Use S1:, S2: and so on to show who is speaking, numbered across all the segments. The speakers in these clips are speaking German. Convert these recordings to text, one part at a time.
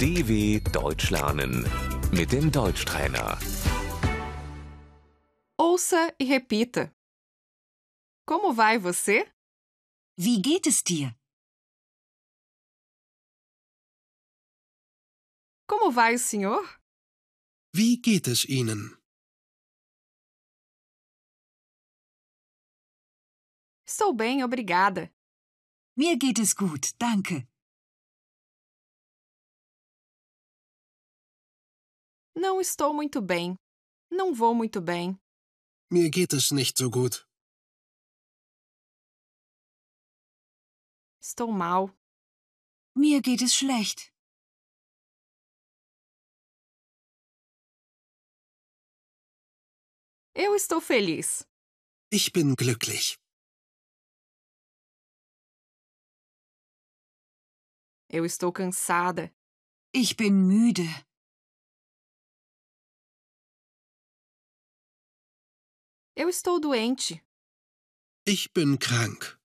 S1: DW Deutsch lernen mit dem Deutschtrainer.
S2: Ouça e repita. Como vai você?
S3: Wie geht es dir?
S2: Como vai o senhor?
S4: Wie geht es Ihnen?
S2: Estou bem, obrigada.
S3: Mir geht es gut, danke.
S2: Não estou muito bem. Não vou muito bem.
S4: Mir geht es nicht so gut.
S2: Estou mal.
S3: Mir geht es schlecht.
S2: Eu estou feliz.
S4: Ich bin glücklich.
S2: Eu estou cansada.
S3: Ich bin müde.
S2: Eu estou doente.
S4: Ich bin krank.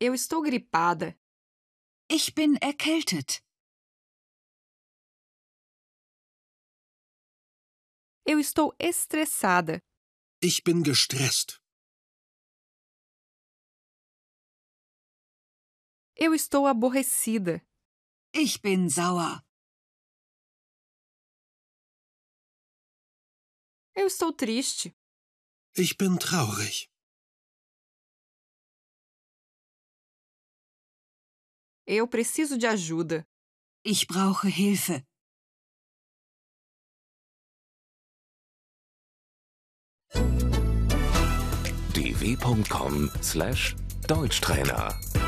S2: Eu estou gripada.
S3: Ich bin erkältet.
S2: Eu estou estressada.
S4: Ich bin gestresst.
S2: Eu estou aborrecida.
S3: Ich bin sauer.
S2: Eu estou triste.
S4: Ich bin traurig.
S2: Eu preciso de ajuda.
S3: Ich brauche Hilfe.
S1: dw.com/deutschtrainer